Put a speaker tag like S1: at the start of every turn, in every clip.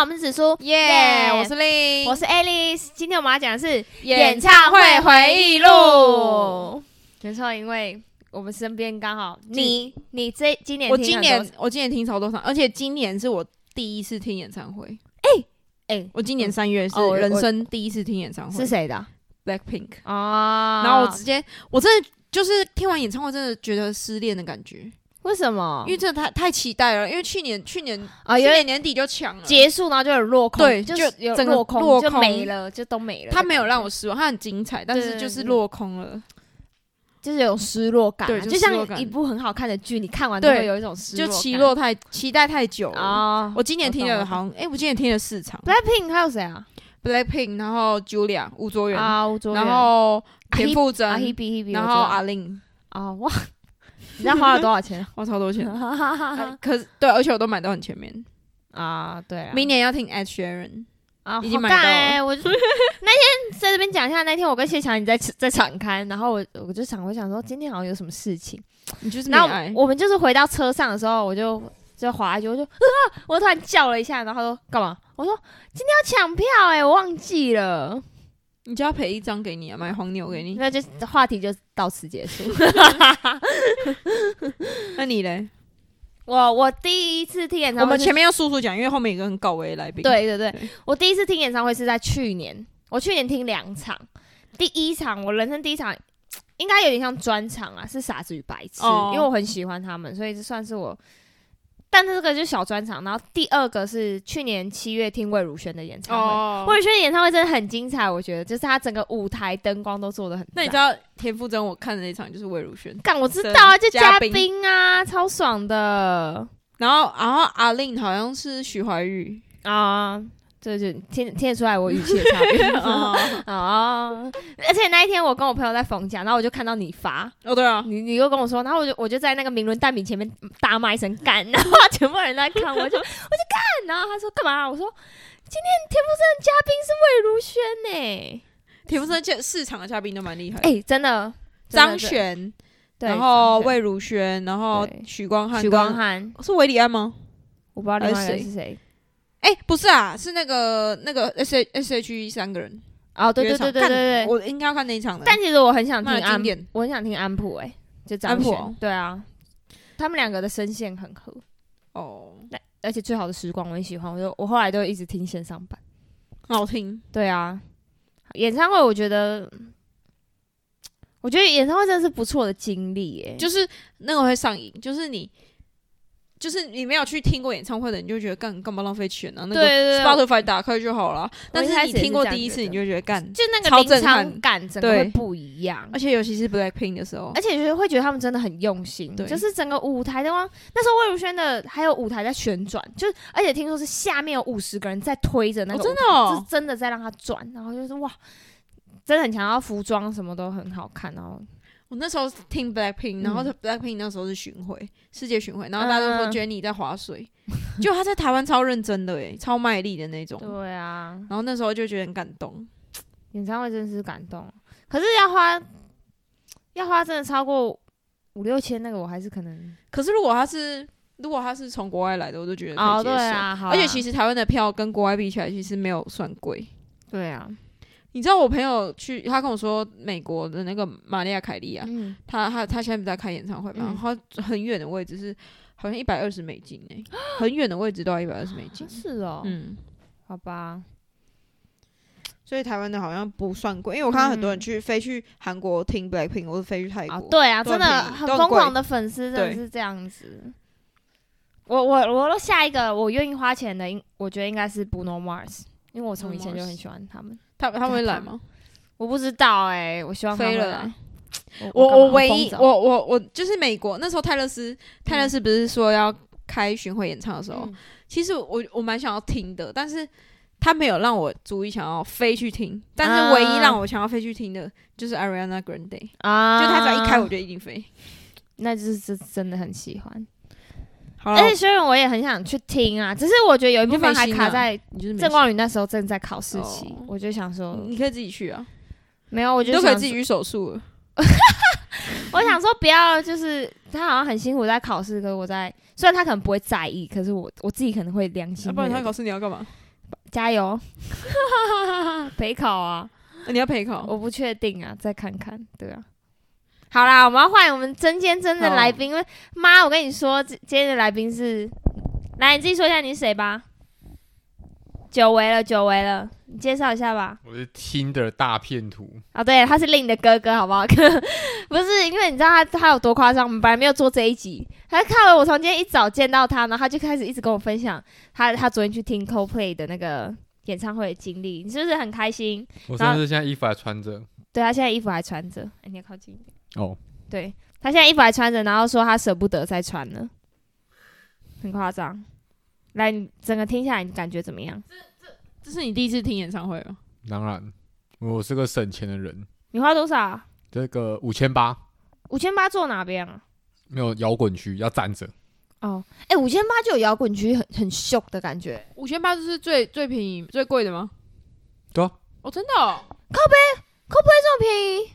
S1: 我们是紫苏，
S2: 耶、
S1: 耶
S2: 我是令，
S1: 我是 Alice。今天我们要讲的是
S2: 演唱会回忆录。
S1: 没错，因为我们身边刚好
S2: 你
S1: 你你这今年
S2: 我
S1: 听
S2: 今
S1: 很
S2: 年
S1: 多
S2: 我今年听超多场，而且今年是我第一次听演唱会。
S1: 哎
S2: 我今年三月是
S1: 哦我
S2: 人生第一次听演唱会，
S1: 是谁的
S2: Blackpink，
S1: 啊？
S2: 然后我直接我真的就是听完演唱会，真的觉得失恋的感觉，
S1: 为什么？
S2: 因为真的太太期待了，因为去年去年
S1: 啊，
S2: 去
S1: 哦有点
S2: 年年底就抢了，
S1: 结束，然后就有落空，
S2: 对
S1: 就
S2: 就是
S1: 有
S2: 整个
S1: 落空，
S2: 落
S1: 就
S2: 空
S1: 没了，就都没了。
S2: 他没有让我失望，他很精彩，但是
S1: 对
S2: 就是
S1: 对
S2: 落空了。
S1: 就是有失落感啊、
S2: 对就
S1: 就
S2: 失落
S1: 像
S2: 感
S1: 一部很好看的剧，你看完都
S2: 对
S1: 会有一种失落
S2: 就
S1: 感，
S2: 期落太期待太久了。
S1: 啊。
S2: 我今年听
S1: 我
S2: 了
S1: 懂
S2: 好像，哎、我今年听了四场
S1: Blackpink 还有谁啊？
S2: ，Blackpink，然后 Julia 吴卓源，
S1: 啊，吴卓源
S2: 然后田馥
S1: 啊
S2: 甄，
S1: ，Hebe Hebe，
S2: 然后阿令，
S1: 啊哇， 你知道花了多少钱？
S2: 花超多钱。哎可是对，而且我都买到很前面。
S1: 啊，对啊，
S2: 明年要听 Ed Sheeran，
S1: 啊，
S2: 已经
S1: 好
S2: 买到
S1: 干
S2: 了
S1: 欸 我就那天在这边讲一下，那天我跟谢强你在在场刊，然后我我就想，我想说今天好像有什么事情，
S2: 你就是没
S1: 然后
S2: 爱。
S1: 我们就是回到车上的时候，我就就滑下去，我就啊，我突然叫了一下，然后他说干嘛？我说今天要抢票哎、我忘记了。
S2: 你就要赔一张给你啊，买黄牛给你。
S1: 那就话题就到此结 束。嗯
S2: 那你嘞？
S1: 我我第一次听演
S2: 我
S1: 唱会
S2: 们
S1: 是，
S2: 前面要速速讲，因为后面有个很搞维的来宾。，
S1: 对对对，
S2: 对
S1: 我第一次听演唱会是在去年，我去年听两场，第一场我人生第一场。应该有点像专场啊，是傻子与白痴
S2: 哦
S1: 因为我很喜欢他们，所以这算是我。但是这个就是小专场，然后第二个是去年七月听魏如萱的演唱会，
S2: 哦
S1: 魏如萱的演唱会真的很精彩，我觉得就是她整个舞台灯光都做的很赞。
S2: 那你知道田馥甄？我看的那一场就是魏如萱，
S1: 干我知道啊，就嘉
S2: 嘉宾
S1: 宾啊，超爽的
S2: 然后然后阿令好像是徐怀钰。
S1: 啊！这就听听得出来我语气的差 别啊！而且那一天我跟我朋友在逢甲，然后我就看到你发，
S2: 哦，对啊，
S1: 你你又跟我说，然后我就我就在那个名伦蛋饼前面大骂一声干，然后全部人在看，我就我就 干，然后他说干嘛？我说今天田馥甄的嘉宾是魏如萱呢、
S2: 田馥甄这市场的嘉宾都蛮厉害的，
S1: 哎、真的，真的
S2: 张，悬，
S1: 对
S2: 然后
S1: 张悬
S2: 魏如萱，然后
S1: 对
S2: 许光汉，
S1: 许光，汉，
S2: 是韦礼安吗？
S1: 我不知道另外一
S2: 还
S1: 个
S2: 有谁
S1: 是谁。
S2: 哎，不是啊，是那个那个 S H S H E 三个人，
S1: 哦，对
S2: 有
S1: 对
S2: 一场
S1: 对对对对
S2: 干。我应该要看那一场的，
S1: 但其实我很想听
S2: 那
S1: 安
S2: 经，典，
S1: 我很想听安普哎、就张
S2: 安普
S1: 悬
S2: 哦
S1: 对啊，他们两个的声线很合，
S2: 哦，
S1: 而且最好的时光我很喜欢，我就我后来都一直听线上版。
S2: 很好听，
S1: 对啊，演唱会我觉得，我觉得演唱会真的是不错的经历耶、
S2: 就是那个会上瘾，就是你。就是你没有去听过演唱会的，你就觉得干干嘛浪费钱啊？那
S1: 对对对
S2: 个 Spotify 打开就好了。但
S1: 一开
S2: 是你
S1: 始也
S2: 听
S1: 是这
S2: 过
S1: 样
S2: 第一次，
S1: 觉
S2: 你
S1: 得
S2: 就觉得干，
S1: 就那个
S2: 超
S1: 临
S2: 震撼
S1: 场感整个会
S2: 对
S1: 不一样，
S2: 而且尤其是 Blackpink 的时候
S1: 而，且就是会觉得他们真的很用心，
S2: 对
S1: 就是整个舞台的光，那时候魏如萱的还有舞台在旋转，就是而且听说是下面有五十个人在推着那
S2: 哦，
S1: 个舞
S2: 真
S1: 台，
S2: 的哦
S1: 是，真的在让他转，然后就是哇，真的很强，然后服装什么都很好看，然后
S2: 我那时候听 Blackpink，然后
S1: 嗯
S2: Blackpink 那时候是巡回、世界巡回，然后大家都说
S1: 嗯
S2: Jennie 在划水， 就她在台湾超认真的诶，超卖力的那种。
S1: 对啊，
S2: 然后那时候就觉得很感动，
S1: 演唱会真的是感动，可是要花要花真的超过五六千那个，我还是可能
S2: 可是如果她是如果她是从国外来的，我就觉得可以接
S1: 对
S2: 受。
S1: 啊，好
S2: 而且其
S1: 实
S2: 实台湾的票跟国外比起来，其实没有算贵。
S1: 对啊，
S2: 你知道我朋友去，他跟我说美国的那个玛利亚凯莉啊，
S1: 嗯，
S2: 她她她现在不是在开演唱会嘛，
S1: 嗯
S2: 然后她很远的位置是好像一百二十美金诶、 很远的位置都要一百二十美金
S1: 真。是哦，
S2: 嗯，
S1: 好吧，
S2: 所以台湾的好像不算贵，因为我看到很多人去、飞去韩国听 Blackpink，或者飞去泰国。
S1: 啊，对啊，
S2: 都很
S1: 真的
S2: 便宜
S1: 很
S2: 都很
S1: 疯
S2: 贵
S1: 狂的粉丝真的
S2: 对
S1: 是这样子。我我我下一个我愿意花钱的，应我觉得应该是 Bruno Mars，因为我从
S2: Bruno
S1: 以前就很
S2: Mars
S1: 喜欢他们。
S2: 他他们会来吗？
S1: 我不知道哎、我希望他
S2: 飞
S1: 会
S2: 了
S1: 来
S2: 啦。
S1: 我
S2: 我
S1: 干嘛
S2: 我唯一
S1: 疯
S2: 我我我就是美国那时候泰勒斯泰勒斯不是说要开巡回演唱的时
S1: 走
S2: 候，其实我我蛮想要听的，但是他没有让我足以想要飞去听，但
S1: 啊
S2: 是唯一让我想要飞去听的就是 Ariana Grande，、
S1: 啊，
S2: 就他只要一开我就一定飞。
S1: 那就是真真的很喜欢。
S2: 好了
S1: 而，且虽然我也很想去听啊，只是我觉得有一部分还卡在
S2: 你就是没
S1: 郑
S2: 事
S1: 光宇那时候正在考试期，
S2: 哦
S1: 我就想说
S2: 你可以自己去啊，
S1: 没有，我
S2: 你
S1: 就
S2: 都可以
S1: 想
S2: 自己去手术了。
S1: 我想说不要，就是他好像很辛苦在考试，可是我在虽然他可能不会在意，可是我我自己可能会良心
S2: 啊、
S1: 会
S2: 不
S1: 有
S2: 然
S1: 点、
S2: 他考试你要干嘛？
S1: 加 油，陪考啊！
S2: 呃你要陪考？
S1: 我不确定啊，再看看，对啊。好啦，我们要换我们真尖真的来宾，因为妈，我跟你说，今今天的来宾是，来你自己说一下你是谁吧。久违了，久违了，你介绍一下吧。
S3: 我是 Tinder 大骗徒，
S1: 啊，对，他是令的哥哥，好不好？ 不是，因为你知道他他有多夸张，我们本来没有做这一集，他看了我从今天一早见到他，然后他就开始一直跟我分享他他昨天去听 Coldplay 的那个演唱会的经历，你是不是很开心？
S3: 我甚至现在衣服还穿着。
S1: 对他现在衣服还穿着，哎，你要靠近一点。
S3: 哦，
S1: 对他现在衣服还穿着，然后说他舍不得再穿了，很夸张。来，你整个听下来，你感觉怎么样？
S2: 这是你第一次听演唱会吗？
S3: 当然，我是个省钱的人。
S1: 你花多少啊？
S3: 这个五千八
S1: 五千八坐哪边啊？
S3: 没有摇滚区，要站着。
S1: 哦，哎，五千八就有摇滚区，很很秀的感觉。
S2: 五千八就是最最便宜、最贵的吗？
S3: 对啊，
S2: 哦，真的、哦，
S1: 这么便宜？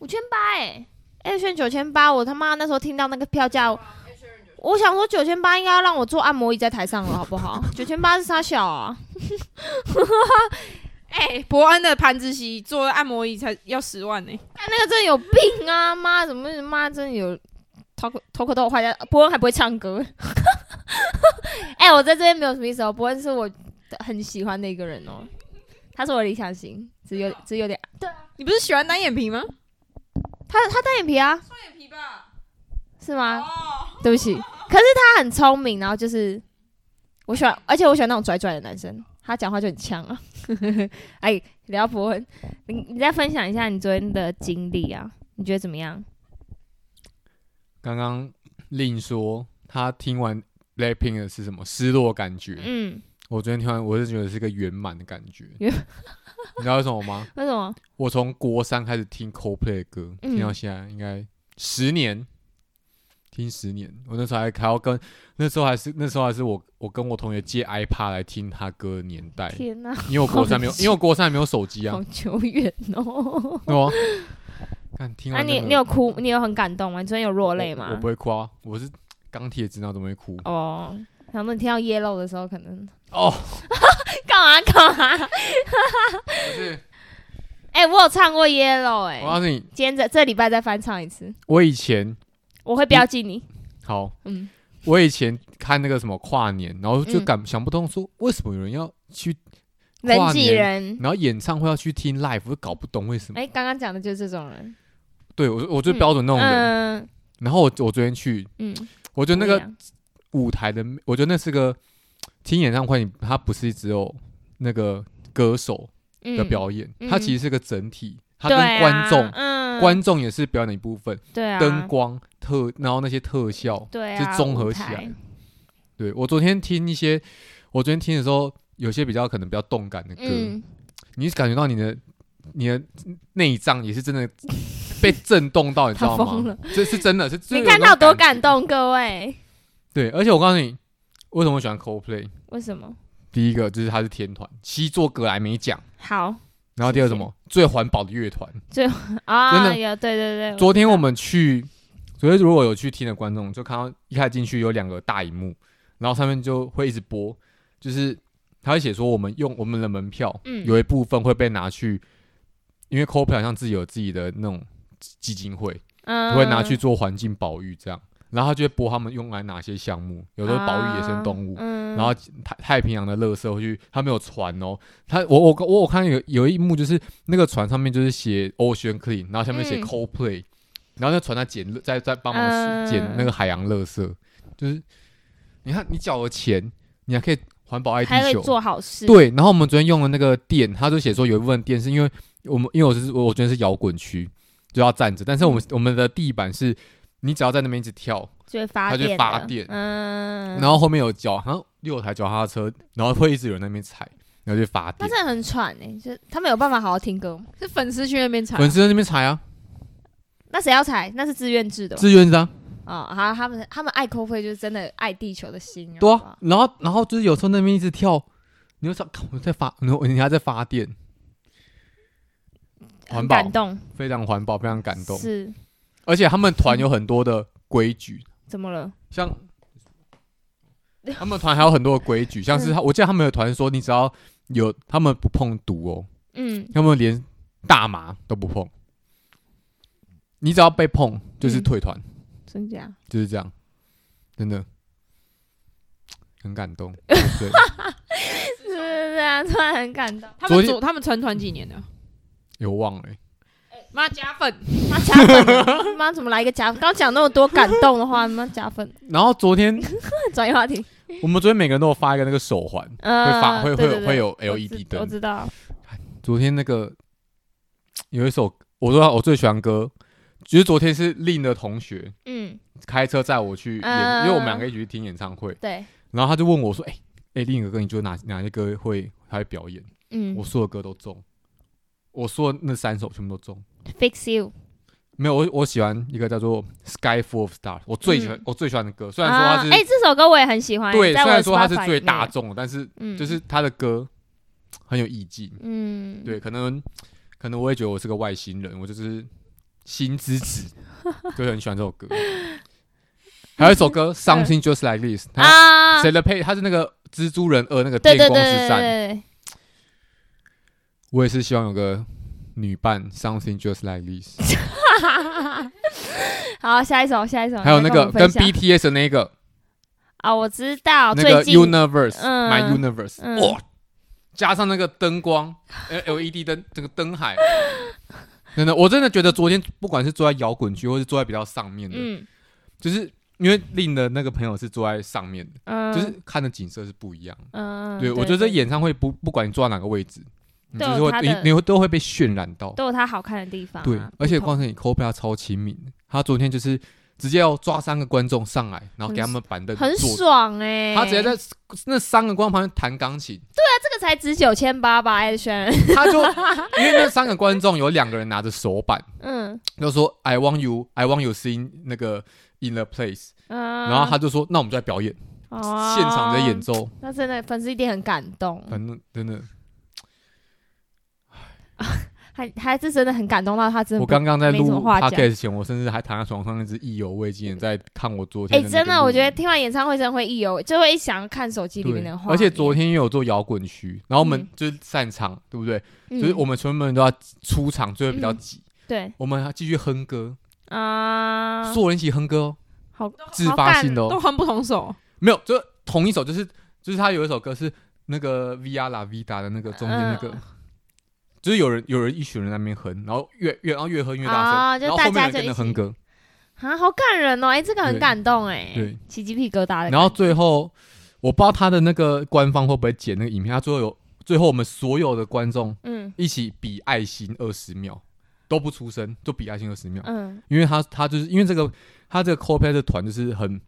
S1: 五千八哎，H 选九千八，我他妈那时候听到那个票价，我想说九千八应该要让我坐按摩椅在台上了，好不好？ 九千八是啥小啊？
S2: 哎、伯恩的盘子席做按摩椅才要十万呢、
S1: 但那个真的有病啊！妈，怎么妈真的有头口头口都有坏掉？伯恩还不会唱歌， 哎、我在这边没有什么意思哦，伯恩是我很喜欢的一个人哦，他是我的理想型，只有只有点
S2: 你不是喜欢单眼皮吗？
S1: 他他单眼皮啊，
S2: 双眼皮吧。
S1: 是吗？
S2: 哦，
S1: 对不起，可是他很聪明，然后就是我喜欢，而且我喜欢那种拽拽的男生，他讲话就很呛啊。 哎，聊伯恩，你你再分享一下你昨天的经历啊？你觉得怎么样？
S3: 刚刚令说他听完 Blackpink 的是什么失落感觉，
S1: 嗯，
S3: 我昨天听完我是觉得是个圆满的感觉。
S1: 圆
S3: 你知道为什么吗？
S1: 为什么？
S3: 我从国三开始听 Coldplay 的歌，
S1: 嗯
S3: 听到现在应该十年，听十年。我那时候还还要跟那时候还是那时候还是我我跟我同学借 iPad 来听他歌的年代，
S1: 天哪、
S3: 因为我国三 没有，因为我国三没有手机啊
S1: 好，久远哦。
S3: 对吗？看听
S1: 啊，
S3: 完、那
S1: 你
S3: 个
S1: 你有哭？你有很感动吗？你昨天有落泪
S3: 我？我
S1: 吗
S3: 不？会哭啊，我是钢铁直男，怎么会哭？
S1: 哦，然后你听到 Yellow 的时候，可能
S3: 哦，
S1: 干嘛干嘛？
S3: 不是，
S1: 哎、我有唱过 Yellow 哎、
S3: 我告诉你，
S1: 今天这这礼拜再翻唱一次，
S3: 我以前
S1: 我会标记你。
S3: 好，
S1: 嗯，
S3: 我以前看那个什么跨年，然后就感、想不通，说为什么有人要去，
S1: 人
S3: 跨
S1: 挤
S3: 年
S1: 人。
S3: 然后演唱会要去听 live，我就搞不懂为什么。
S1: 哎，刚刚讲的就是这种人，
S3: 对我我最标准那种人。
S1: 嗯
S3: 然后我我昨天去，
S1: 嗯，
S3: 我觉得那
S1: 不
S3: 个
S1: 一样
S3: 舞台的，我觉得那是个听演唱会，它不是只有那个歌手的
S1: 嗯
S3: 表演，
S1: 嗯
S3: 它其实是个整体，它
S1: 对
S3: 跟
S1: 啊
S3: 观众。
S1: 嗯
S3: 观众也是表演的一部分，
S1: 对啊
S3: 灯光特，然后那些特效，
S1: 对
S3: 是
S1: 啊
S3: 综
S1: 舞
S3: 合起
S1: 台
S3: 来的对我昨天听一些，我昨天听的时候，有些比较可能比较动感的歌，
S1: 嗯，
S3: 你感觉到你的你的内脏也是真的被震动到，你知 道
S1: 他疯
S3: 吗
S1: 了？
S3: 这是真的，是
S1: 你看他
S3: 他
S1: 有多感。动，各位，
S3: 对，而且我告诉你，为什么我喜欢 Coldplay？
S1: 为什么？
S3: 第一个就是他是天团，七座格莱美奖。
S1: 好
S3: 然后第二
S1: 谢谢
S3: 什么最环保的乐团。真
S1: 啊，
S3: 的
S1: 有对对对，
S3: 昨天我
S1: 知道
S3: 们去，昨天如果有去听的观众，就看到一开始进去有两个大荧幕，然后上面就会一直播，就是他会写说我们用我们的门票，
S1: 嗯
S3: 有一部分会被拿去，因为 Coldplay 好像自己有自己的那种基金会，
S1: 嗯
S3: 会拿去做环境保育这样，然后他就会播他们用来哪些项目，有时候保育野生动物，
S1: 嗯，
S3: 然后太太平洋的垃圾会去，他们有船哦，他我我我我看有有一幕就是那个船上面就是写 Ocean Clean，然后下面写
S1: 嗯
S3: Coldplay，、然后那船在捡在在帮忙
S1: 嗯
S3: 捡那个海洋垃圾，就是你看你缴了钱，你还可以环保爱
S1: 还
S3: 地
S1: 会
S3: 球，
S1: 做好事，
S3: 对，然后我们昨天用的那个电，他就写说有一部分电是因为我们因为我是我我昨天是摇滚区，就要站着，但是我们、
S1: 嗯
S3: 我们的地板是你只要在那边一直跳，
S1: 就会发
S3: 它就
S1: 电
S3: 发
S1: 的
S3: 电
S1: 嗯，
S3: 然后后面有脚好像六台脚踏车，然后会一直有人在那边踩，然后就发
S1: 他
S3: 电，
S1: 真的很喘哎，就他们有办法好好听歌吗，
S2: 是粉丝去那边查。
S3: 粉丝在那边踩啊，
S1: 那谁要踩？那是自愿制的
S3: 志愿者啊，
S1: 啊，哦好，他们他们爱扣费就是真的爱地球的心，
S3: 对
S1: 好不
S3: 啊
S1: 好，
S3: 然后然后就是有时候那边一直跳，你就说靠我在发，你你还在发电，环
S1: 很
S3: 保
S1: 感动，
S3: 非常环保，非常感动，
S1: 是
S3: 而且他们团有很多的规矩，
S1: 怎么了？
S3: 像他们团还有很多的规矩，像
S1: 嗯
S3: 是他我记得他们有团说，你只要有他们不碰毒哦，
S1: 嗯，
S3: 他们连大麻都不碰，你只要被碰就是
S1: 嗯
S3: 退团，
S1: 真 假？
S3: 就是这样，真的很感动。对，
S1: 对对对啊，突然很感 动。
S2: 他
S3: 昨
S2: 们
S3: 天
S2: 组他们成团几年了？
S3: 有忘了欸、
S2: 妈加粉，
S1: 妈加粉，妈怎么来一个加粉？刚讲那么多感动的话，妈加粉，
S3: 然后昨 天
S1: 转移话题。
S3: 我们昨天每个人都有发一个那个手环，
S1: 嗯，
S3: 会发会
S1: 对
S3: 会
S1: 对
S3: 有
S1: 对
S3: 会有
S1: 我知
S3: LED
S1: 我
S3: 灯。
S1: 知道。
S3: 昨天那个有一首我说我最喜欢歌，就是昨天是令的同学
S1: 嗯，
S3: 开车载我去演，
S1: 嗯
S3: 因为我们两个一起去听演唱会，
S1: 对，
S3: 然后他就问我说：“哎、哎，令哥哥，你觉得哪哪些歌会他会表演？”
S1: 嗯
S3: 我说的歌都中，我说的那三首全部都中。
S1: ，Fix You，
S3: 没有，我我喜欢一个叫做《Sky Full of Stars》，我最喜欢、我最喜欢的歌，虽然说它
S1: 嗯啊，
S3: 是、
S1: 哎，这首歌我也很喜欢，
S3: 对，
S1: 在
S3: 虽
S1: 我的
S3: 然说它是
S1: Spotify
S3: 最
S1: 里面
S3: 大，众的，但是
S1: 嗯，
S3: 就是他的歌很有意境。
S1: 嗯，
S3: 对，可能可能我也觉得我是个外星人，我就是新之子， 就很喜欢这首歌。还有一首歌《Something Just Like This》，它
S1: 啊，
S3: 谁的配？它是那个蜘蛛人二那个
S1: 对对
S3: 电光
S1: 对
S3: 之
S1: 对
S3: 战。
S1: 对， 对
S3: 我也是希望有个女伴《Something Just Like This》，
S1: 好，下一首，下一首，
S3: 还有那
S1: 你再
S3: 个
S1: 跟我
S3: 跟
S1: 们分享
S3: BTS 的那个
S1: 啊，我知道，
S3: 那个
S1: 最近
S3: Universe
S1: 嗯
S3: My Universe，
S1: 嗯
S3: 哇，加上那个灯光呃 LED 灯，这个灯 海，真的，我真的觉得昨天不管是坐在摇滚区，或是坐在比较上面的，
S1: 嗯
S3: 就是因为令的那个朋友是坐在上面的，
S1: 嗯，
S3: 就是看的景色是不一样的。
S1: 嗯，
S3: 对，我觉得这演唱会不不管你坐在哪个位置，你
S1: 都
S3: 就
S1: 有
S3: 是会
S1: 它
S3: 你
S1: 的
S3: 你会都会被渲染到。
S1: 都有它好看的地方啊，
S3: 对，而且
S1: 不
S3: 光
S1: 同
S3: 是你 c o p a 超亲民的，他昨天就是直接要抓三个观众上来，然后给他们板凳
S1: 很
S3: 坐。
S1: 爽哎，
S3: 他直接在
S1: 这
S3: 那三个观众旁边弹钢琴，
S1: 个才值九千八吧，艾轩，
S3: 他就因为那三个观众有两个人拿着手板，
S1: 嗯
S3: 就说 I want you, I want you sing 那个 in the place，
S1: 嗯，
S3: 然后他就说那我们就来表演，
S1: 哦
S3: 现场在演，奏，
S1: 那真的粉丝一定很感动，
S3: 反正真的，
S1: 还还是真的很感动到他真的
S3: 我
S1: 不，
S3: 刚刚在
S1: 没什
S3: 录
S1: 么话讲
S3: podcast 前，我甚至还躺在床上，那只意犹未尽，在看我昨
S1: 哎，
S3: 天。
S1: 真的，我觉得。听完演唱会真的会意犹，就会想要看手机里面
S3: 对
S1: 的，话，
S3: 而且昨天也有做摇滚区，然后我们
S1: 嗯
S3: 就是散场，对不对？
S1: 嗯
S3: 就是我们全部人都要出场，就会比较挤。
S1: 对
S3: 我们还继续哼歌，
S1: 啊，
S3: 所有人一起哼歌哦，
S1: 好
S3: 自发性的
S2: 都
S3: 哦，
S2: 哼不同首。
S3: 没有，就是同一首，就是就是他有一首歌是那个 Via La Vida 的那个中间那个，
S1: 嗯
S3: 就是有人有人一群人在那边哼，然后越越然后越哼越大声，
S1: 啊就
S3: 然后
S1: 大
S3: 后
S1: 家
S3: 面人
S1: 就
S3: 跟
S1: 一
S3: 着
S1: 起
S3: 哼歌，
S1: 啊，好感人哦！哎、这个很
S3: 对
S1: 感动哎、
S3: 对
S1: 起鸡皮疙瘩的。
S3: 然后最后我不知道他的那个官方会不会剪那个影片，他最后有最后我们所有的观众
S1: 嗯
S3: 一起比爱心二十秒，都不出声，就比爱心二十秒，
S1: 嗯
S3: 因为他他就是因为这个他这个 c o p a 的团就是很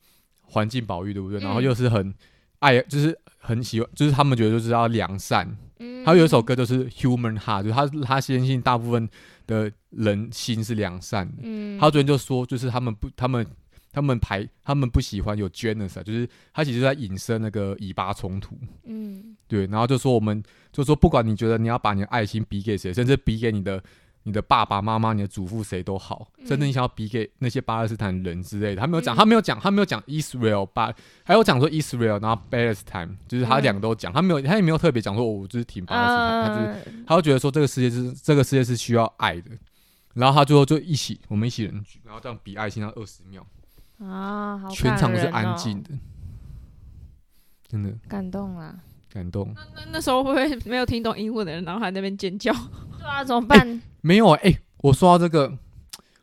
S3: 环境保育，对不对？
S1: 嗯
S3: 然后又是很爱，就是很喜欢，就是他们觉得就是要良善。
S1: 嗯，
S3: 他有一首歌就是 Human Heart，就是他他坚信大部分的人心是良善的。
S1: 嗯，
S3: 他昨天就说，就是他们不，他们他们排，他们不喜欢有 g e n e r s 啊，就是他其实在引申那个以巴冲突，
S1: 嗯
S3: 对，然后就说我们就说不管你觉得你要把你的爱心比给谁，甚至比给你的你的爸爸妈妈、你的祖父谁都好，甚至你想要比给那些巴勒斯坦人之类的，他没有讲，
S1: 嗯
S3: 他没有讲，他没有讲 Israel 巴，还有讲说 Israel，然后 Palestine，就是他
S1: 嗯
S3: 两个都讲，他没有他也没有特别讲说、哦我就是挺巴勒斯坦，他就是
S1: 呃
S3: 他就觉得说这个世界是这个世界是需要爱的，然后他最后就一起我们一起人举，然后这样比爱心，然后二十秒，
S1: 啊，好、
S3: 全场是安静
S1: 的，
S3: 的，真的
S1: 感动啊！
S3: 感动。
S2: 那那时候会不会没有听懂英文的人，然后还在那边尖 叫？
S1: 对啊，怎么 办？
S3: 没有哎、欸我说到这个，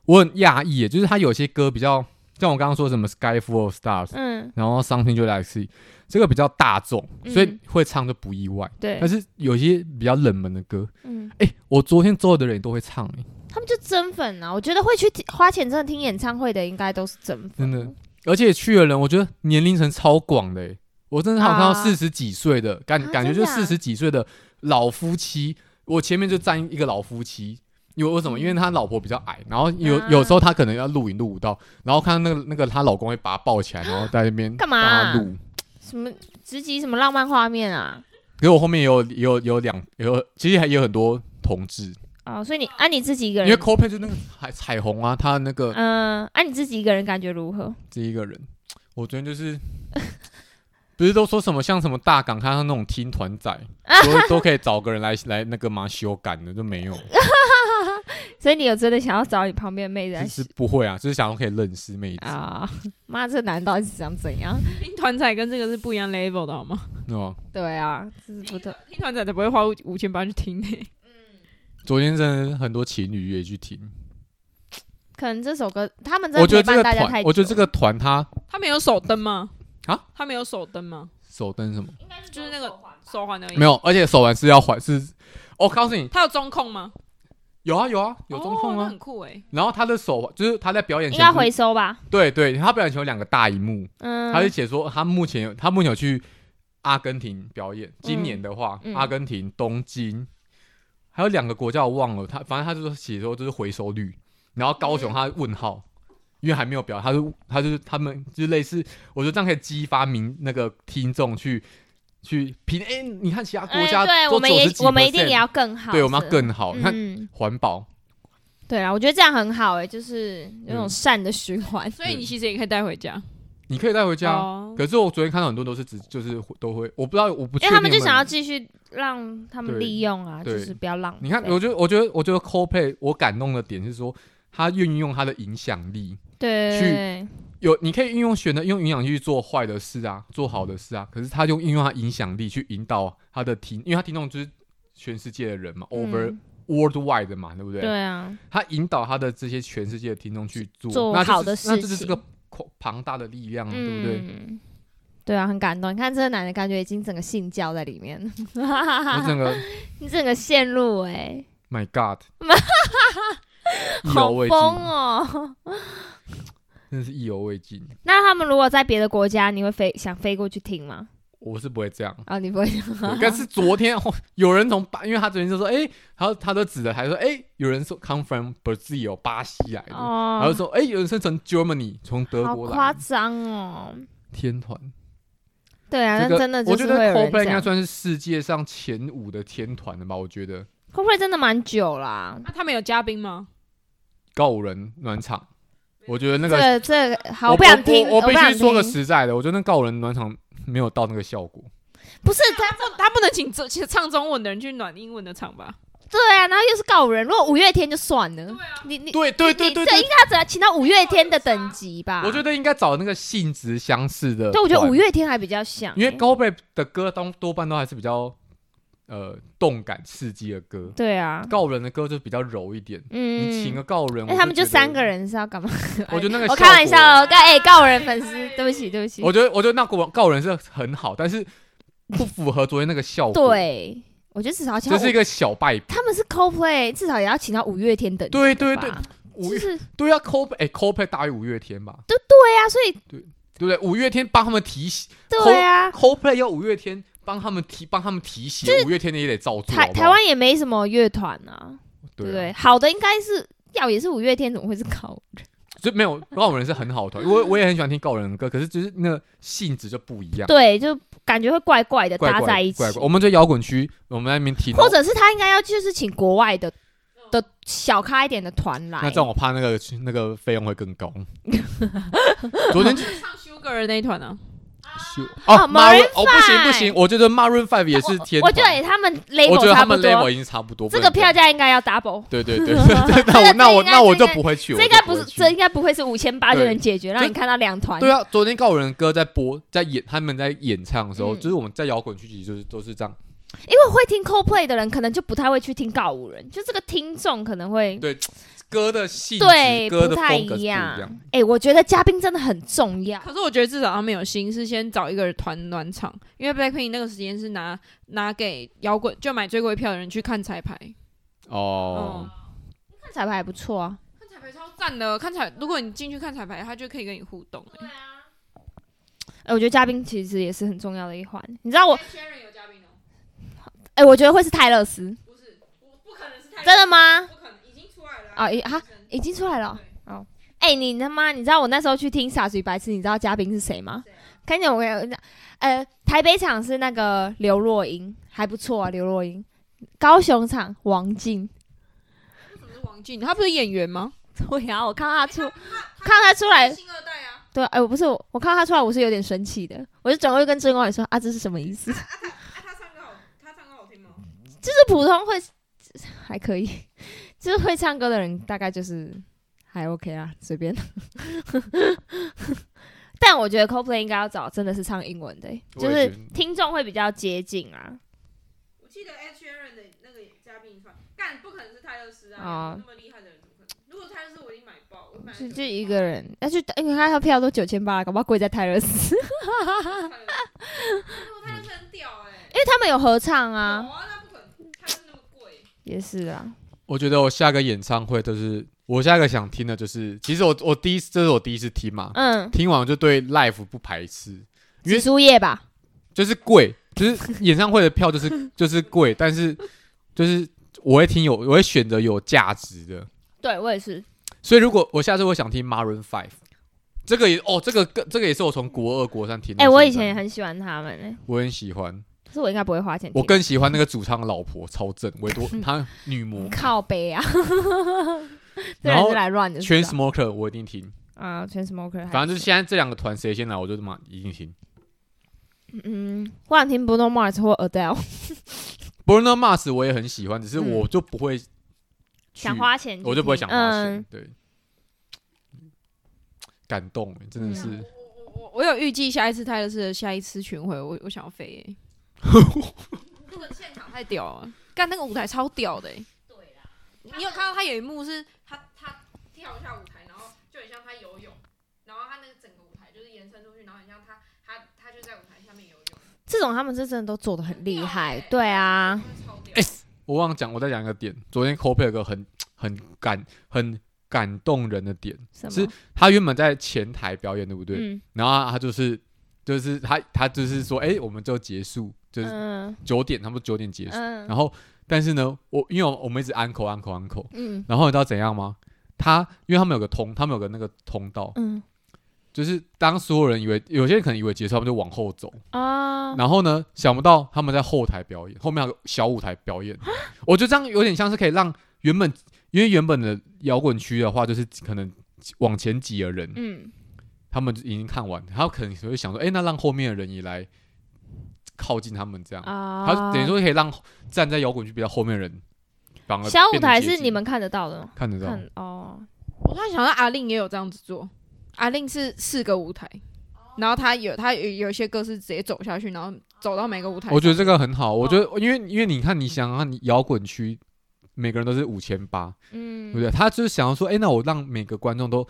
S3: 我很讶异耶，就是他有些歌比较像我刚刚说什么 Sky Full of Stars，
S1: 嗯，
S3: 然后 Something 就 Like See，这个比较大众，
S1: 嗯
S3: 所以会唱就不意外。
S1: 对
S3: 但，是有些比较冷门的歌，
S1: 嗯，
S3: 哎、我昨天周围的人也都会唱、欸，
S1: 他们就真粉啊！我觉得会去听花钱真的听演唱会的，应该都是真粉。
S3: 真的，嗯而且去的人，我觉得年龄层超广的、欸，我真的还有看到
S1: 啊
S3: 四十几岁的，感、
S1: 啊
S3: 感觉
S1: 真
S3: 就
S1: 的啊
S3: 四十几岁的老夫妻，我前面就站一个老夫妻。因为为什么？因为他老婆比较矮，然后
S1: 嗯
S3: 有、
S1: 啊
S3: 有时候他可能要录影录不到，然后看到那个那个她老公会把她抱起来，然后在那边
S1: 干嘛
S3: 帮她录？
S1: 什么直击什么浪漫画面啊？
S3: 可是我后面也有也有也有两也有，其实还有很多同志，
S1: 哦，所以你按、你自己一个
S3: 因为
S1: 人，啊
S3: CoPlay 就那个彩彩虹啊，他那个
S1: 嗯，按、你自己一个人感觉如何？
S3: 这一个人，我昨天就是不不是都说什么像什么大港，看到那种听团仔，都都可以找个人来来那个嘛修改的，就没有，
S1: 所以你有真的想要找你旁边的妹子来
S3: 其实不会啊，就是想要可以认识妹子，
S1: 啊？妈，这男到底是想怎样？
S2: 听团仔跟这个是不一样 level 的好吗？
S3: 对吧？
S1: 对啊，这是不对。
S2: 听团仔才不会花五五千八去听呢、
S3: 昨天真的很多情侣也去听，
S1: 可能这首歌他们真
S3: 我
S1: 的
S3: 觉
S1: 陪
S3: 得这个
S1: 伴大家太
S3: 团，
S1: 久，
S3: 我觉得这个团他
S2: 他们有手灯吗？
S3: 啊？
S2: 他们有手灯吗？
S3: 手灯什么
S2: 就是那个手环而已。
S3: 没，有，而且手环是要还是，我告诉你，
S2: 他有中控吗？
S3: 有啊有啊有中控
S2: 哦那
S3: 啊
S2: 很，酷哎、
S3: 然后他的手环就是他在表演
S1: 应
S3: 前
S1: 该
S3: 不是
S1: 回收吧？
S3: 对对，他表演前有两个大荧幕，
S1: 嗯，
S3: 他就写说他目前有他目前有去阿根廷表演，今年的话，
S1: 嗯
S3: 阿根廷、东京，还有两个国家我忘了，他反正他就是写说就是回收率，然后高
S1: 嗯
S3: 雄他问号，因为还没有表，他就他就是他们就是类似，我觉得这样可以激发民那个听众去去评，哎、你看其他国家
S1: 哎对，
S3: 都
S1: 我们也
S3: 90%
S1: 我们一定也要更好，
S3: 对，我们
S1: 是
S3: 要更好，你看
S1: 嗯，
S3: 环保，
S1: 对啊，我觉得这样很好哎、就是有种
S3: 嗯
S1: 善的循环。
S2: 所以你其实也可以带回家。
S3: 你可以带回家。
S2: 哦
S3: 可是我昨天看到很多都是只就是都会，我不知道我不确
S1: 因为
S3: 定
S1: 他们就
S3: 有没有
S1: 想要继续让他们
S3: 对
S1: 利用啊，就
S3: 对
S1: 是不要浪费。
S3: 你看，我觉得，我觉得，我觉得 CoPlay 我感动的点是说，他运用他的影响力，
S1: 对
S3: 去有你可以运用选择用影响力去做坏的事啊，做好的事啊，可是他用运用他影响力去引导他的听，因为他听众就是全世界的人嘛、
S1: 嗯
S3: o v e r worldwide 的嘛，对不对？
S1: 对啊，
S3: 他引导他的这些全世界的听众去做，
S1: 做
S3: 那这
S1: 好
S3: 是
S1: 的
S3: 那
S1: 事
S3: 这就是
S1: 情
S3: 个庞庞大的力量啊，对不对？
S1: 嗯对啊，很感动。你看这个男的，感觉已经整个信教在里面了，
S3: 我 整个
S1: 你整个陷入哎、
S3: My God，意犹
S1: 好
S3: 未
S1: 疯
S3: 尽，
S1: 哦！
S3: 真的是意犹未尽。
S1: 那他们如果在别的国家，你会飞想飞过去听吗？
S3: 我是不会这样。
S1: 啊，你不会，
S3: 对但是昨天哦有人从巴，因为他昨天就说，哎、然后他都指着，还说，哎、有人说 come from Brazil 巴西来的，然后
S1: 哦，
S3: 说，哎、有人说从 Germany 从德
S1: 好
S3: 国
S1: 夸
S3: 来的，
S1: 张哦！
S3: 天团，
S1: 对啊，
S3: 这
S1: 那
S3: 个
S1: 真的
S3: 我
S1: 就
S3: 觉
S1: 是
S3: 得
S1: 会有人
S3: Coldplay
S1: 这
S3: 应该
S1: 样。
S3: 算是世界上前五的天团了吧？我觉得
S1: Coldplay 真的蛮久啦，
S2: 那、啊他们有嘉宾吗？
S3: 告五人暖场，我觉得那
S1: 这
S3: 个。
S1: 个这个好，
S3: 我
S1: 不想听，
S3: 我我
S1: 不
S3: 必
S1: 想
S3: 须说个
S1: 听。
S3: 实在的，我觉得那告五人暖场没有到那个效果。
S1: 不是他，
S2: 不，他不能请这请唱中文的人去暖英文的场吧？
S1: 对啊，然后又是告五人，如果五月天就算了，你你
S3: 对对对
S1: 你
S3: 对
S1: 这
S3: 对
S1: 应，该只要请到五月天的等级吧？
S3: 我觉，得应该找那个性质相似的团。
S1: 对，我觉得五月天还比较像，
S3: 因为
S1: 欸
S3: 高倍的歌当多半都还是比较呃动感刺激的歌，
S1: 对啊，
S3: 告人的歌就比较柔一点。
S1: 嗯，
S3: 你请个告人，
S1: 哎，
S3: 我
S1: 他们就
S3: 觉得
S1: 三个，人是要干嘛？
S3: 我觉得那个
S1: 我
S3: 效
S1: 开玩笑
S3: 果，
S1: 哦，告哎告人粉丝，对不起对不起
S3: 我，觉得我觉得那个告人是很好，但是不符合昨天那个效果。，
S1: 对，我觉得至少要请
S3: 这
S1: 到
S3: 是一
S1: 五，
S3: 个小败笔。
S1: 他们是 CoPlay，至少也要请到五月天等级吧，
S3: 对对对，五
S1: 就
S3: 月
S1: 是
S3: 对啊 c o p 哎 c o p 大于五月天吧，
S1: 对对啊，所以
S3: 对不对？五月天帮他们提醒
S1: 对啊，
S3: c o p l a y 要五月天帮他们提帮他们提醒，五月天的也得照做。好
S1: 台
S3: 不好
S1: 台湾也没什么乐团啊，对不
S3: 对
S1: 对？
S3: 啊
S1: 好的应该是要也是五月天，怎么会是 高？
S3: 就没有告人是很好的团，我我也很喜欢听告人的歌，可是就是那个性质就不一样，
S1: 对，就感觉会怪怪的
S3: 怪
S1: 搭
S3: 怪
S1: 在一起，
S3: 怪怪。我们在摇滚区，我们在那边听，
S1: 或者是他应该要就是请国外的的小咖一点的团来
S3: 那这。样我怕那个那个费用会 更高。昨天就
S2: 唱 Sugar 的那一团啊？
S3: 是哦
S1: 啊 Maroon
S3: ，Maroon 哦不行
S1: Five
S3: 不行，我觉得 Maroon Five 也是天团
S1: 我，我觉得他们
S3: 我
S1: level
S3: 觉得
S1: 差
S3: 他
S1: 不
S3: 们 level
S1: 多，
S3: 已经差不多，
S1: 这个
S3: 不能
S1: 票价应该要 double。
S3: 对对 对，那我那我
S1: 这个应该这
S3: 那我就
S1: 个
S3: 不会去，
S1: 这应
S3: 我
S1: 该
S3: 就
S1: 不是，
S3: 会去
S1: 这应该不会是五千八就
S3: 对
S1: 能解决，让
S3: 就
S1: 你看到两团。
S3: 对啊，昨天告人的歌在播，在演，他们在演唱的时候，
S1: 嗯
S3: 就是我们在摇滚区，其实就是都是这样。
S1: 因为会听 Coldplay 的人，可能就不太会去听告五人，就这个听众可能会
S3: 对歌的性质
S1: 对，
S3: 歌的
S1: 太
S3: 风格是不一样。。
S1: 哎、我觉得嘉宾真的很重要。
S2: 可是我觉得至少他们有心是先找一个团暖场，因为 Blackpink 那个时间是拿拿给摇滚就买最贵票的人去看彩排。
S3: 哦，
S1: 看彩排还不错啊，
S2: 看彩排超赞的，看彩如果你进去看彩排，他就可以跟你互动、欸。
S1: 哎、我觉得嘉宾其实也是很重要的一环。你知道我，
S2: Sharon 有嘉宾哦，
S1: 哎、我觉得会是泰勒斯，
S2: 不是，我不可能是太
S1: 真的吗？
S2: 不可能，已经出来了
S1: 啊已啊已经出来了哦。哦，哎、你他妈，你知道我那时候去听《傻水白痴》，你知道嘉宾是谁吗？
S2: 啊
S1: 看见我跟你讲，呃，台北场是那个刘若英，还不错啊，刘若英。高雄场王静，
S2: 王静，他不是演员吗？哎
S1: 对啊，我看到他出，看到他出来，
S2: 星二代啊，
S1: 对啊，哎、我不是我，我看到他出来，我是有点生气的，我就转过去跟郑光也说啊，这是什么意思？就
S2: 啊，他唱歌好，他唱歌好听吗？
S1: 是普通会还可以， 就是会唱歌的人大概就是还 OK 啦，随便。 但我觉得 CoPlay 应该要找真的是唱英文的欸、
S3: 我
S1: 就
S3: 也
S1: 是
S3: 觉得
S1: 听众会比较接近啊。
S2: 我记得 H R N 的那个嘉宾团，干不可能是泰勒斯
S1: 哦
S2: 啊，那么厉害的人怎么可能？如果泰勒斯，我已经买爆，我买了
S1: 就
S2: 九
S1: 就
S2: 十
S1: 一
S2: 八
S1: 个人，要去，因为他的票都九千八，搞不好贵在泰勒斯，
S2: 泰勒斯，如果泰勒斯很屌哎，
S1: 因为他们有合唱
S2: 有
S1: 啊，
S2: 啊，那不可能，泰勒斯那么贵，
S1: 也是啊，
S3: 我觉得我下个演唱会就是我下一个想听的就是，其实我我第一次这是我第一次听嘛，
S1: 嗯，
S3: 听完我就对 l i f e 不排斥，因为
S1: 紫苏叶吧，
S3: 就是贵，就是演唱会的票就 是就是贵，但是就是我会听有我会选择有价值的，
S1: 对我也是，
S3: 所以如果我下次我想听 Maroon Five，这个也哦这个更这个也是我从国二国三听的，
S1: 哎、我以前也很喜欢他们、欸，
S3: 我很喜欢，
S1: 可是我应该不会花钱听，
S3: 我更喜欢那个主唱老婆超正，维多她女魔
S1: 靠背啊， 这
S3: 然
S1: 人
S3: 后
S1: 是来乱的，
S3: 全 Smoker 我一定听，
S1: 啊，全 smoker，还
S3: 反正就是现在这两个团谁先来我就他妈一定听。
S1: 嗯，我想听 Bruno Mars 或 Adele，
S3: Bruno Mars 我也很喜欢，只是
S1: 嗯
S3: 我就不会去
S1: 想，花钱去听，
S3: 我就不会想花钱。
S1: 嗯
S3: 对，感动真的是，
S1: 啊
S2: 我我我我有预计下一次泰勒斯的下一次巡回，我我想要飞 哎，那个现场太屌了，干那个舞台超屌的哎，对啦，你有看到他有一幕是他他跳一下舞台，然后就很像他游泳，然后他那个整个舞台就是延伸出去，然后很像他他他就在舞台下面游泳。
S1: 这种他们是真的都做的很厉害
S2: 很，屌欸
S1: 对啊，
S2: 哎、
S3: 我忘了讲，我再讲一个点。昨天 c o p e 有个很很感很感动人的点，
S1: 什
S3: 是
S1: 么？
S3: 他原本在前台表演，对不对？
S1: 嗯
S3: 然后他就是就是他他就是说，哎、我们就结束，就是
S1: 嗯
S3: 九点，差不多九点结束。
S1: 嗯
S3: 然后但是呢，我因为我我们一直 uncle uncle uncle，
S1: 嗯
S3: 然后你知道怎样吗？他因为他们有个通，他们有个那个通道，
S1: 嗯
S3: 就是当所有人以为有些人可能以为结束，他们就往后走，
S1: 啊，
S3: 然后呢，想不到他们在后台表演，后面还有个小舞台表演。我觉得这样有点像是可以让原本，因为原本的摇滚区的话，就是可能往前挤的人，
S1: 嗯。
S3: 他们已经看完，他可能会想说，哎、那让后面的人也来靠近他们这样，
S1: 啊
S3: 他等于说可以让站在摇滚区比较后面的人反而
S1: 小舞
S3: 变得
S1: 台
S3: 接
S1: 是
S3: 近
S1: 你们看得到的吗？
S3: 看得到，
S1: 看哦，
S2: 我突然想到阿令也有这样子做，阿令是四个舞台，然后他有他有有些歌是直接走下去，然后走到每个舞台上。
S3: 我觉得这个很好，
S1: 嗯
S3: 我觉得因为因为你看，你想想看，你摇滚区每个人都是五千八，
S1: 嗯，
S3: 对不对？他就是想要说，哎、那我让每个观众都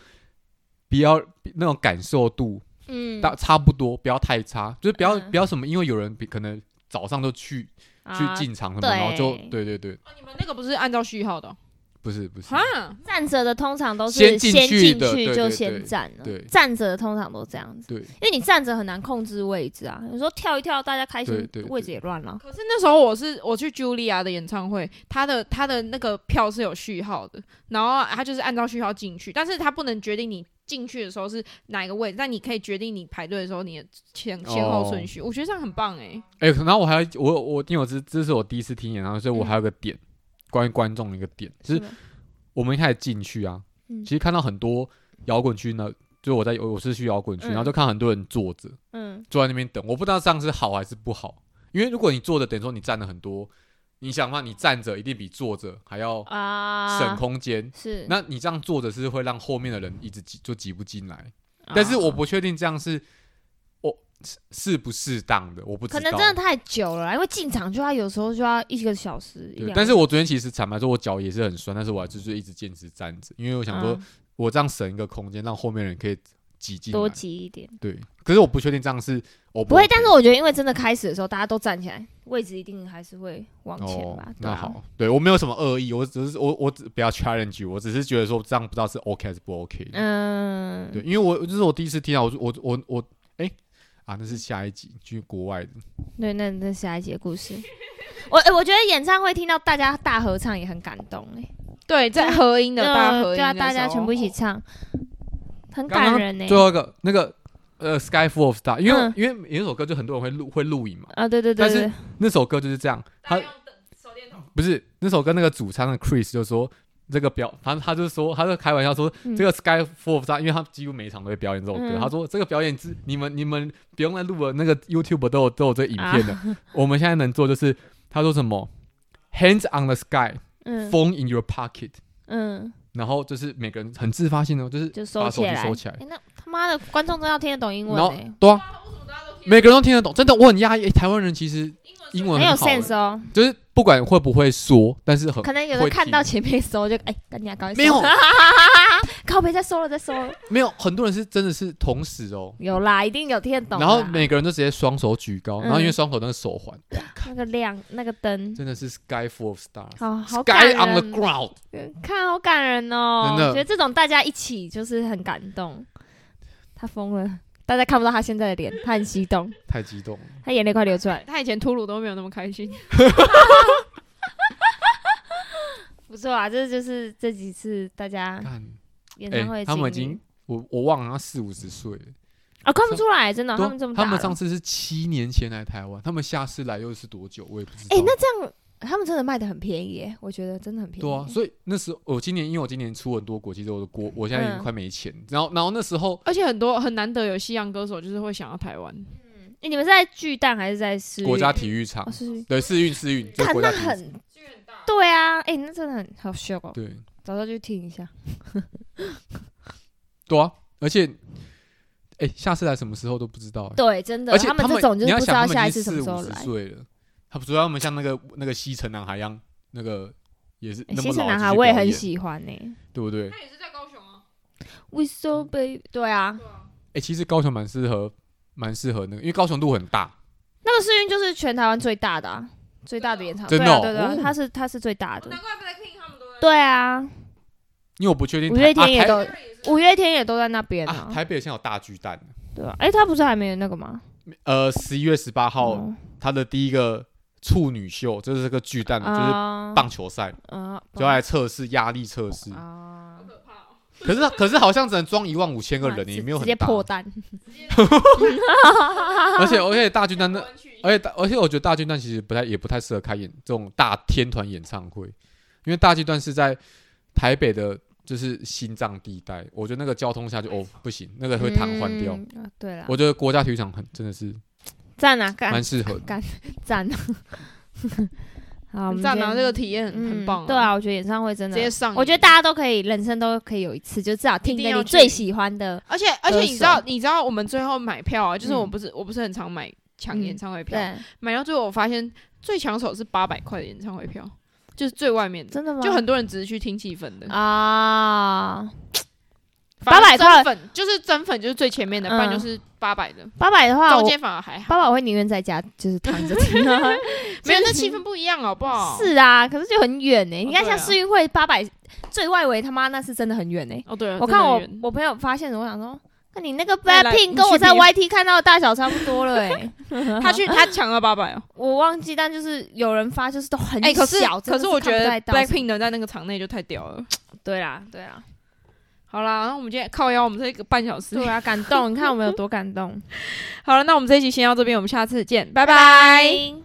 S3: 比较那种感受度
S1: 嗯，
S3: 大差不多，不要太差，就是不要、
S1: 嗯
S3: 不要什么，因为有人比可能早上就去、
S1: 啊
S3: 去进场什么，
S1: 对啊
S3: 然后就对对对，
S2: 哦你们那个不是按照序号的哦、
S3: 不是不是，
S2: 哈？
S1: 站着的通常都是
S3: 先进
S1: 进
S3: 去的对
S1: 就
S3: 对
S1: 先
S3: 对
S1: 站了，
S3: 对
S1: 站着的通常都这样子，
S3: 对
S1: 因为你站着很难控制位置啊，有时候跳一跳，大家开
S3: 对
S1: 心
S3: 对对
S1: 位置也乱了，
S2: 可是那时候我是我去茱莉亚的演唱会，他的他的那个票是有序号的，然后他就是按照序号进去，但是他不能决定你进去的时候是哪一个位置，但你可以决定你排队的时候你的前先后顺
S3: 哦
S2: 序。我觉得这样很棒哎、
S3: 哎、然后我还我我因为我这这是我第一次听演唱会，
S1: 嗯
S3: 所以我还有个点、关于观众的一个点，就是
S1: 吗
S3: 我们一开始进去啊，
S1: 嗯
S3: 其实看到很多摇滚区呢，就我在我是去摇滚区，
S1: 嗯
S3: 然后就看很多人坐着
S1: 嗯
S3: 坐在那边等，我不知道这样是好还是不好，因为如果你坐着，等于说你占了很多，你想嘛，你站着一定比坐着还要
S1: 啊，
S3: 省空间。
S1: 是，
S3: 那你这样坐着是会让后面的人一直挤就挤不进来，
S1: 啊
S3: 但是我不确定这样是我是是不适当的，我不知
S1: 可
S3: 道。
S1: 能真的太久了啦，因为进场就要有时候就要一个小时，一
S3: 对，
S1: 两
S3: 但是我昨天其实坦白说，我脚也是很酸，但是我还就是一直坚持站着，因为我想说，
S1: 嗯
S3: 我这样省一个空间，让后面人可以挤进
S1: 多
S3: 来。
S1: 挤一点，
S3: 对，可是我不确定这样是我
S1: 不会，但是我觉得因为真的开始的时候大家都站起来，位置一定还是会往前吧
S3: 哦，，
S1: 对
S3: 那
S1: 啊
S3: 好，对我没有什么恶意，我只是我我只不要 challenge，我只是觉得说这样不知道是 OK 还是不 OK 的。
S1: 嗯，
S3: 对，因为我这是我第一次听到，我就我我我哎、啊，那是下一集去国外的，
S1: 对，那那下一节故事。我、诶我觉得演唱会听到大家大合唱也很感动哎、
S2: 对，在合音的大合音的时候、
S1: 对啊，大家全部一起唱，很
S3: 刚
S1: 感
S3: 刚
S1: 人欸呢、
S3: 最后一个那个呃 Sky Full of Star，因为、
S1: 嗯
S3: 因为有一首歌就很多人会录会录影嘛，
S1: 啊，对对对
S3: 但是
S1: 对，
S3: 那首歌就是这样，他
S2: 手电筒。
S3: 不是那首歌那个主唱的 Chris 就说这个表，反正他就说，他就开玩笑说，
S1: 嗯
S3: 这个 Sky f o r 因为他几乎每一场都会表演这首歌，
S1: 嗯
S3: 他说这个表演之你们你们不用再录了，那个 YouTube 都有都有这影片的，
S1: 嗯
S3: 我们现在能做就是他说什么 Hands on the sky,
S1: 嗯
S3: phone in your pocket，、
S1: 嗯，
S3: 然后就是每个人很自发性的，就是
S1: 就收
S3: 把手
S1: 起
S3: 机
S1: 来。
S3: 收起来，
S1: 诶那他妈的观众都要听得懂英
S3: 然
S1: 文欸
S3: 后
S1: 诶，
S3: 对啊，每个人都听得懂，真的我很压抑、诶台湾人其实英文
S1: 很有
S3: 很好诶、
S1: sense 哦。
S3: 就是不管会不会说，但是很
S1: 可能有人看到
S3: 会
S1: 前面收就哎，赶紧啊赶紧
S3: 没有
S1: 收 靠背再收了再收了，
S3: 没有很多人是真的是同时哦。
S1: 有啦，一定有听得懂啦。
S3: 然后每个人都直接双手举高，
S1: 嗯
S3: 然后因为双手那个手环，
S1: 那个亮那个灯，
S3: 真的是 sky full of stars，
S1: 好好感
S3: sky on the
S1: 人，
S3: ground，
S1: 看好感人哦。
S3: 真的
S1: 觉得这种大家一起就是很感动。他疯了，大家看不到他现在的脸，他很激动，
S3: 太激动了。
S1: 他眼泪快流出来。
S2: 他以前吐鲁都没有那么开心。
S1: 不错啊，这就是这几次大家
S3: 看，
S1: 啊演唱会、
S3: 哎，他们已经我我忘了，他四五十岁了。
S1: 啊看不出来，真的
S3: 对啊
S1: 他们这么大
S3: 他
S1: 了，
S3: 们上次是七年前来台湾，他们下次来又是多久，我也不知道。
S1: 哎、那这样他们真的卖的很便宜耶，我觉得真的很便宜。
S3: 对啊，所以那时候我今年，因为我今年出很多国际周的国，我现在已经
S1: 嗯
S3: 快没钱。然后，然后那时候
S2: 而且很多很难得有西洋歌手，就是会想要台湾。
S1: 欸你们是在巨蛋还是在市运
S3: 国家体育场
S1: 哦，，是
S3: 对，试运试运，就
S1: 看
S3: 国
S1: 那
S3: 家体育
S1: 很
S3: 场。
S1: 对啊，哎、那真的很好笑哦，
S3: 对
S1: 早知道就听一下。
S3: 对啊，而且，哎，下次来什么时候都不知道。哎
S1: 对，真的，
S3: 而且
S1: 们这种就是
S3: 你要
S1: 不知
S3: 想
S1: 道
S3: 他们
S1: 下一
S3: 已经
S1: 次什么时候
S3: 四五十
S1: 来。
S3: 岁了，他不主要他们像那个那个西城男孩一样，那个也是
S1: 欸
S3: 那
S1: 西
S3: 么
S1: 城
S3: 老，
S1: 男孩我也很，喜欢呢、
S3: 对不对？
S2: 也是在高雄啊。
S1: We
S3: 嗯
S1: so baby，对啊，
S3: 哎、其实高雄蛮适合，蛮适合那个，因为高雄度很大，
S1: 那个世运就是全台湾最大的、啊，最大的演唱会，
S3: 真的
S1: 对啊
S3: 哦
S1: 对啊对
S3: 哦
S1: 啊，它是它是最大的，
S2: 哦怪 BLACKPINK 他们都在
S1: 对啊，
S3: 因为我不确定
S1: 五
S3: 台
S1: 月天也
S3: 啊
S1: 都，五月天也都在那边
S3: 台啊
S1: 啊，
S3: 台北现在有大巨蛋，
S1: 对啊，哎、他不是还没有那个吗？
S3: 呃，十一月十八号
S1: 嗯
S3: 他的第一个处女秀，就是这个巨蛋，嗯就是
S1: 啊
S3: 棒球赛，
S1: 啊，
S3: 就要嗯来测试压力测试。
S1: 啊，
S3: 可是可是好像只能装一万五千个人，
S1: 直
S3: 也没有
S1: 直
S3: 很
S1: 接
S3: 大，
S1: 破蛋，
S3: 而且而且大巨蛋那，
S2: 去。
S3: 而且大而且我觉得大巨蛋其实不太也不太适合开演这种大天团演唱会，因为大巨蛋是在台北的。就是心脏地带，我觉得那个交通下去哦不行，那个会瘫痪掉。
S1: 嗯啊对啦，
S3: 我觉得国家体育场很真的是
S1: 赞啊，干
S3: 蛮适合的。
S1: 赞啊， 好，我们
S2: 赞
S1: 今
S2: 啊，
S1: 天
S2: 这个体验很很棒。
S1: 嗯对，啊，我觉得演唱会真
S2: 直
S1: 的
S2: 接，上。
S1: 我觉得大，家都可以，人生都可以有一次，就至少听
S2: 一
S1: 一个
S2: 定要
S1: 你
S2: 去
S1: 最喜欢的，
S2: 而且而且你知
S1: 歌
S2: 道
S1: 手
S2: 你知道我们最后买票啊，就是
S1: 嗯
S2: 我不是我不是很常买抢
S1: 嗯
S2: 演唱会票，
S1: 对，
S2: 买到最后我发现最抢手是八百块的演唱会票，就是最外面的，
S1: 真的吗？
S2: 就很多人只是去听气氛的。
S1: 啊，
S2: 反而
S1: 800块
S2: 真粉就是真粉就是最前面的，不
S1: 嗯
S2: 然就是八百的，
S1: 八百的话，
S2: 中
S1: 我
S2: 间反而还好。
S1: 八百我会宁愿在家就是躺着听啊，
S2: 没有，
S1: 真
S2: 那
S1: 的
S2: 气氛不一样，好不好？
S1: 是啊，可是就很远呢、你看
S2: 对啊
S1: 像世运会八百最外围，他妈那是真的很远欸呢、
S2: 哦，对了，
S1: 我看我
S2: 真的有缘
S1: 我朋友发现，我想说，那你那个
S2: 那你来
S1: Blackpink
S2: 你
S1: 跟
S2: 去
S1: 我在
S2: 别
S1: YT 看到的大小差不多了哎、
S2: 他
S1: 嗯
S2: 去他抢了八百哦。
S1: 我忘记，但就是有人发，就是都很
S2: 哎、可是
S1: 小，真
S2: 可
S1: 的
S2: 是我觉
S1: 看不
S2: 得
S1: 太到
S2: Blackpink 能在那个场内就太屌了。
S1: 对啦，对啊 啦，
S2: 好啦，那我们今天靠腰，我们这一个半小时。
S1: 对啊，感动，你看我们有多感动，
S2: 好了，那我们这一期先到这边，我们下次见，拜拜
S1: 拜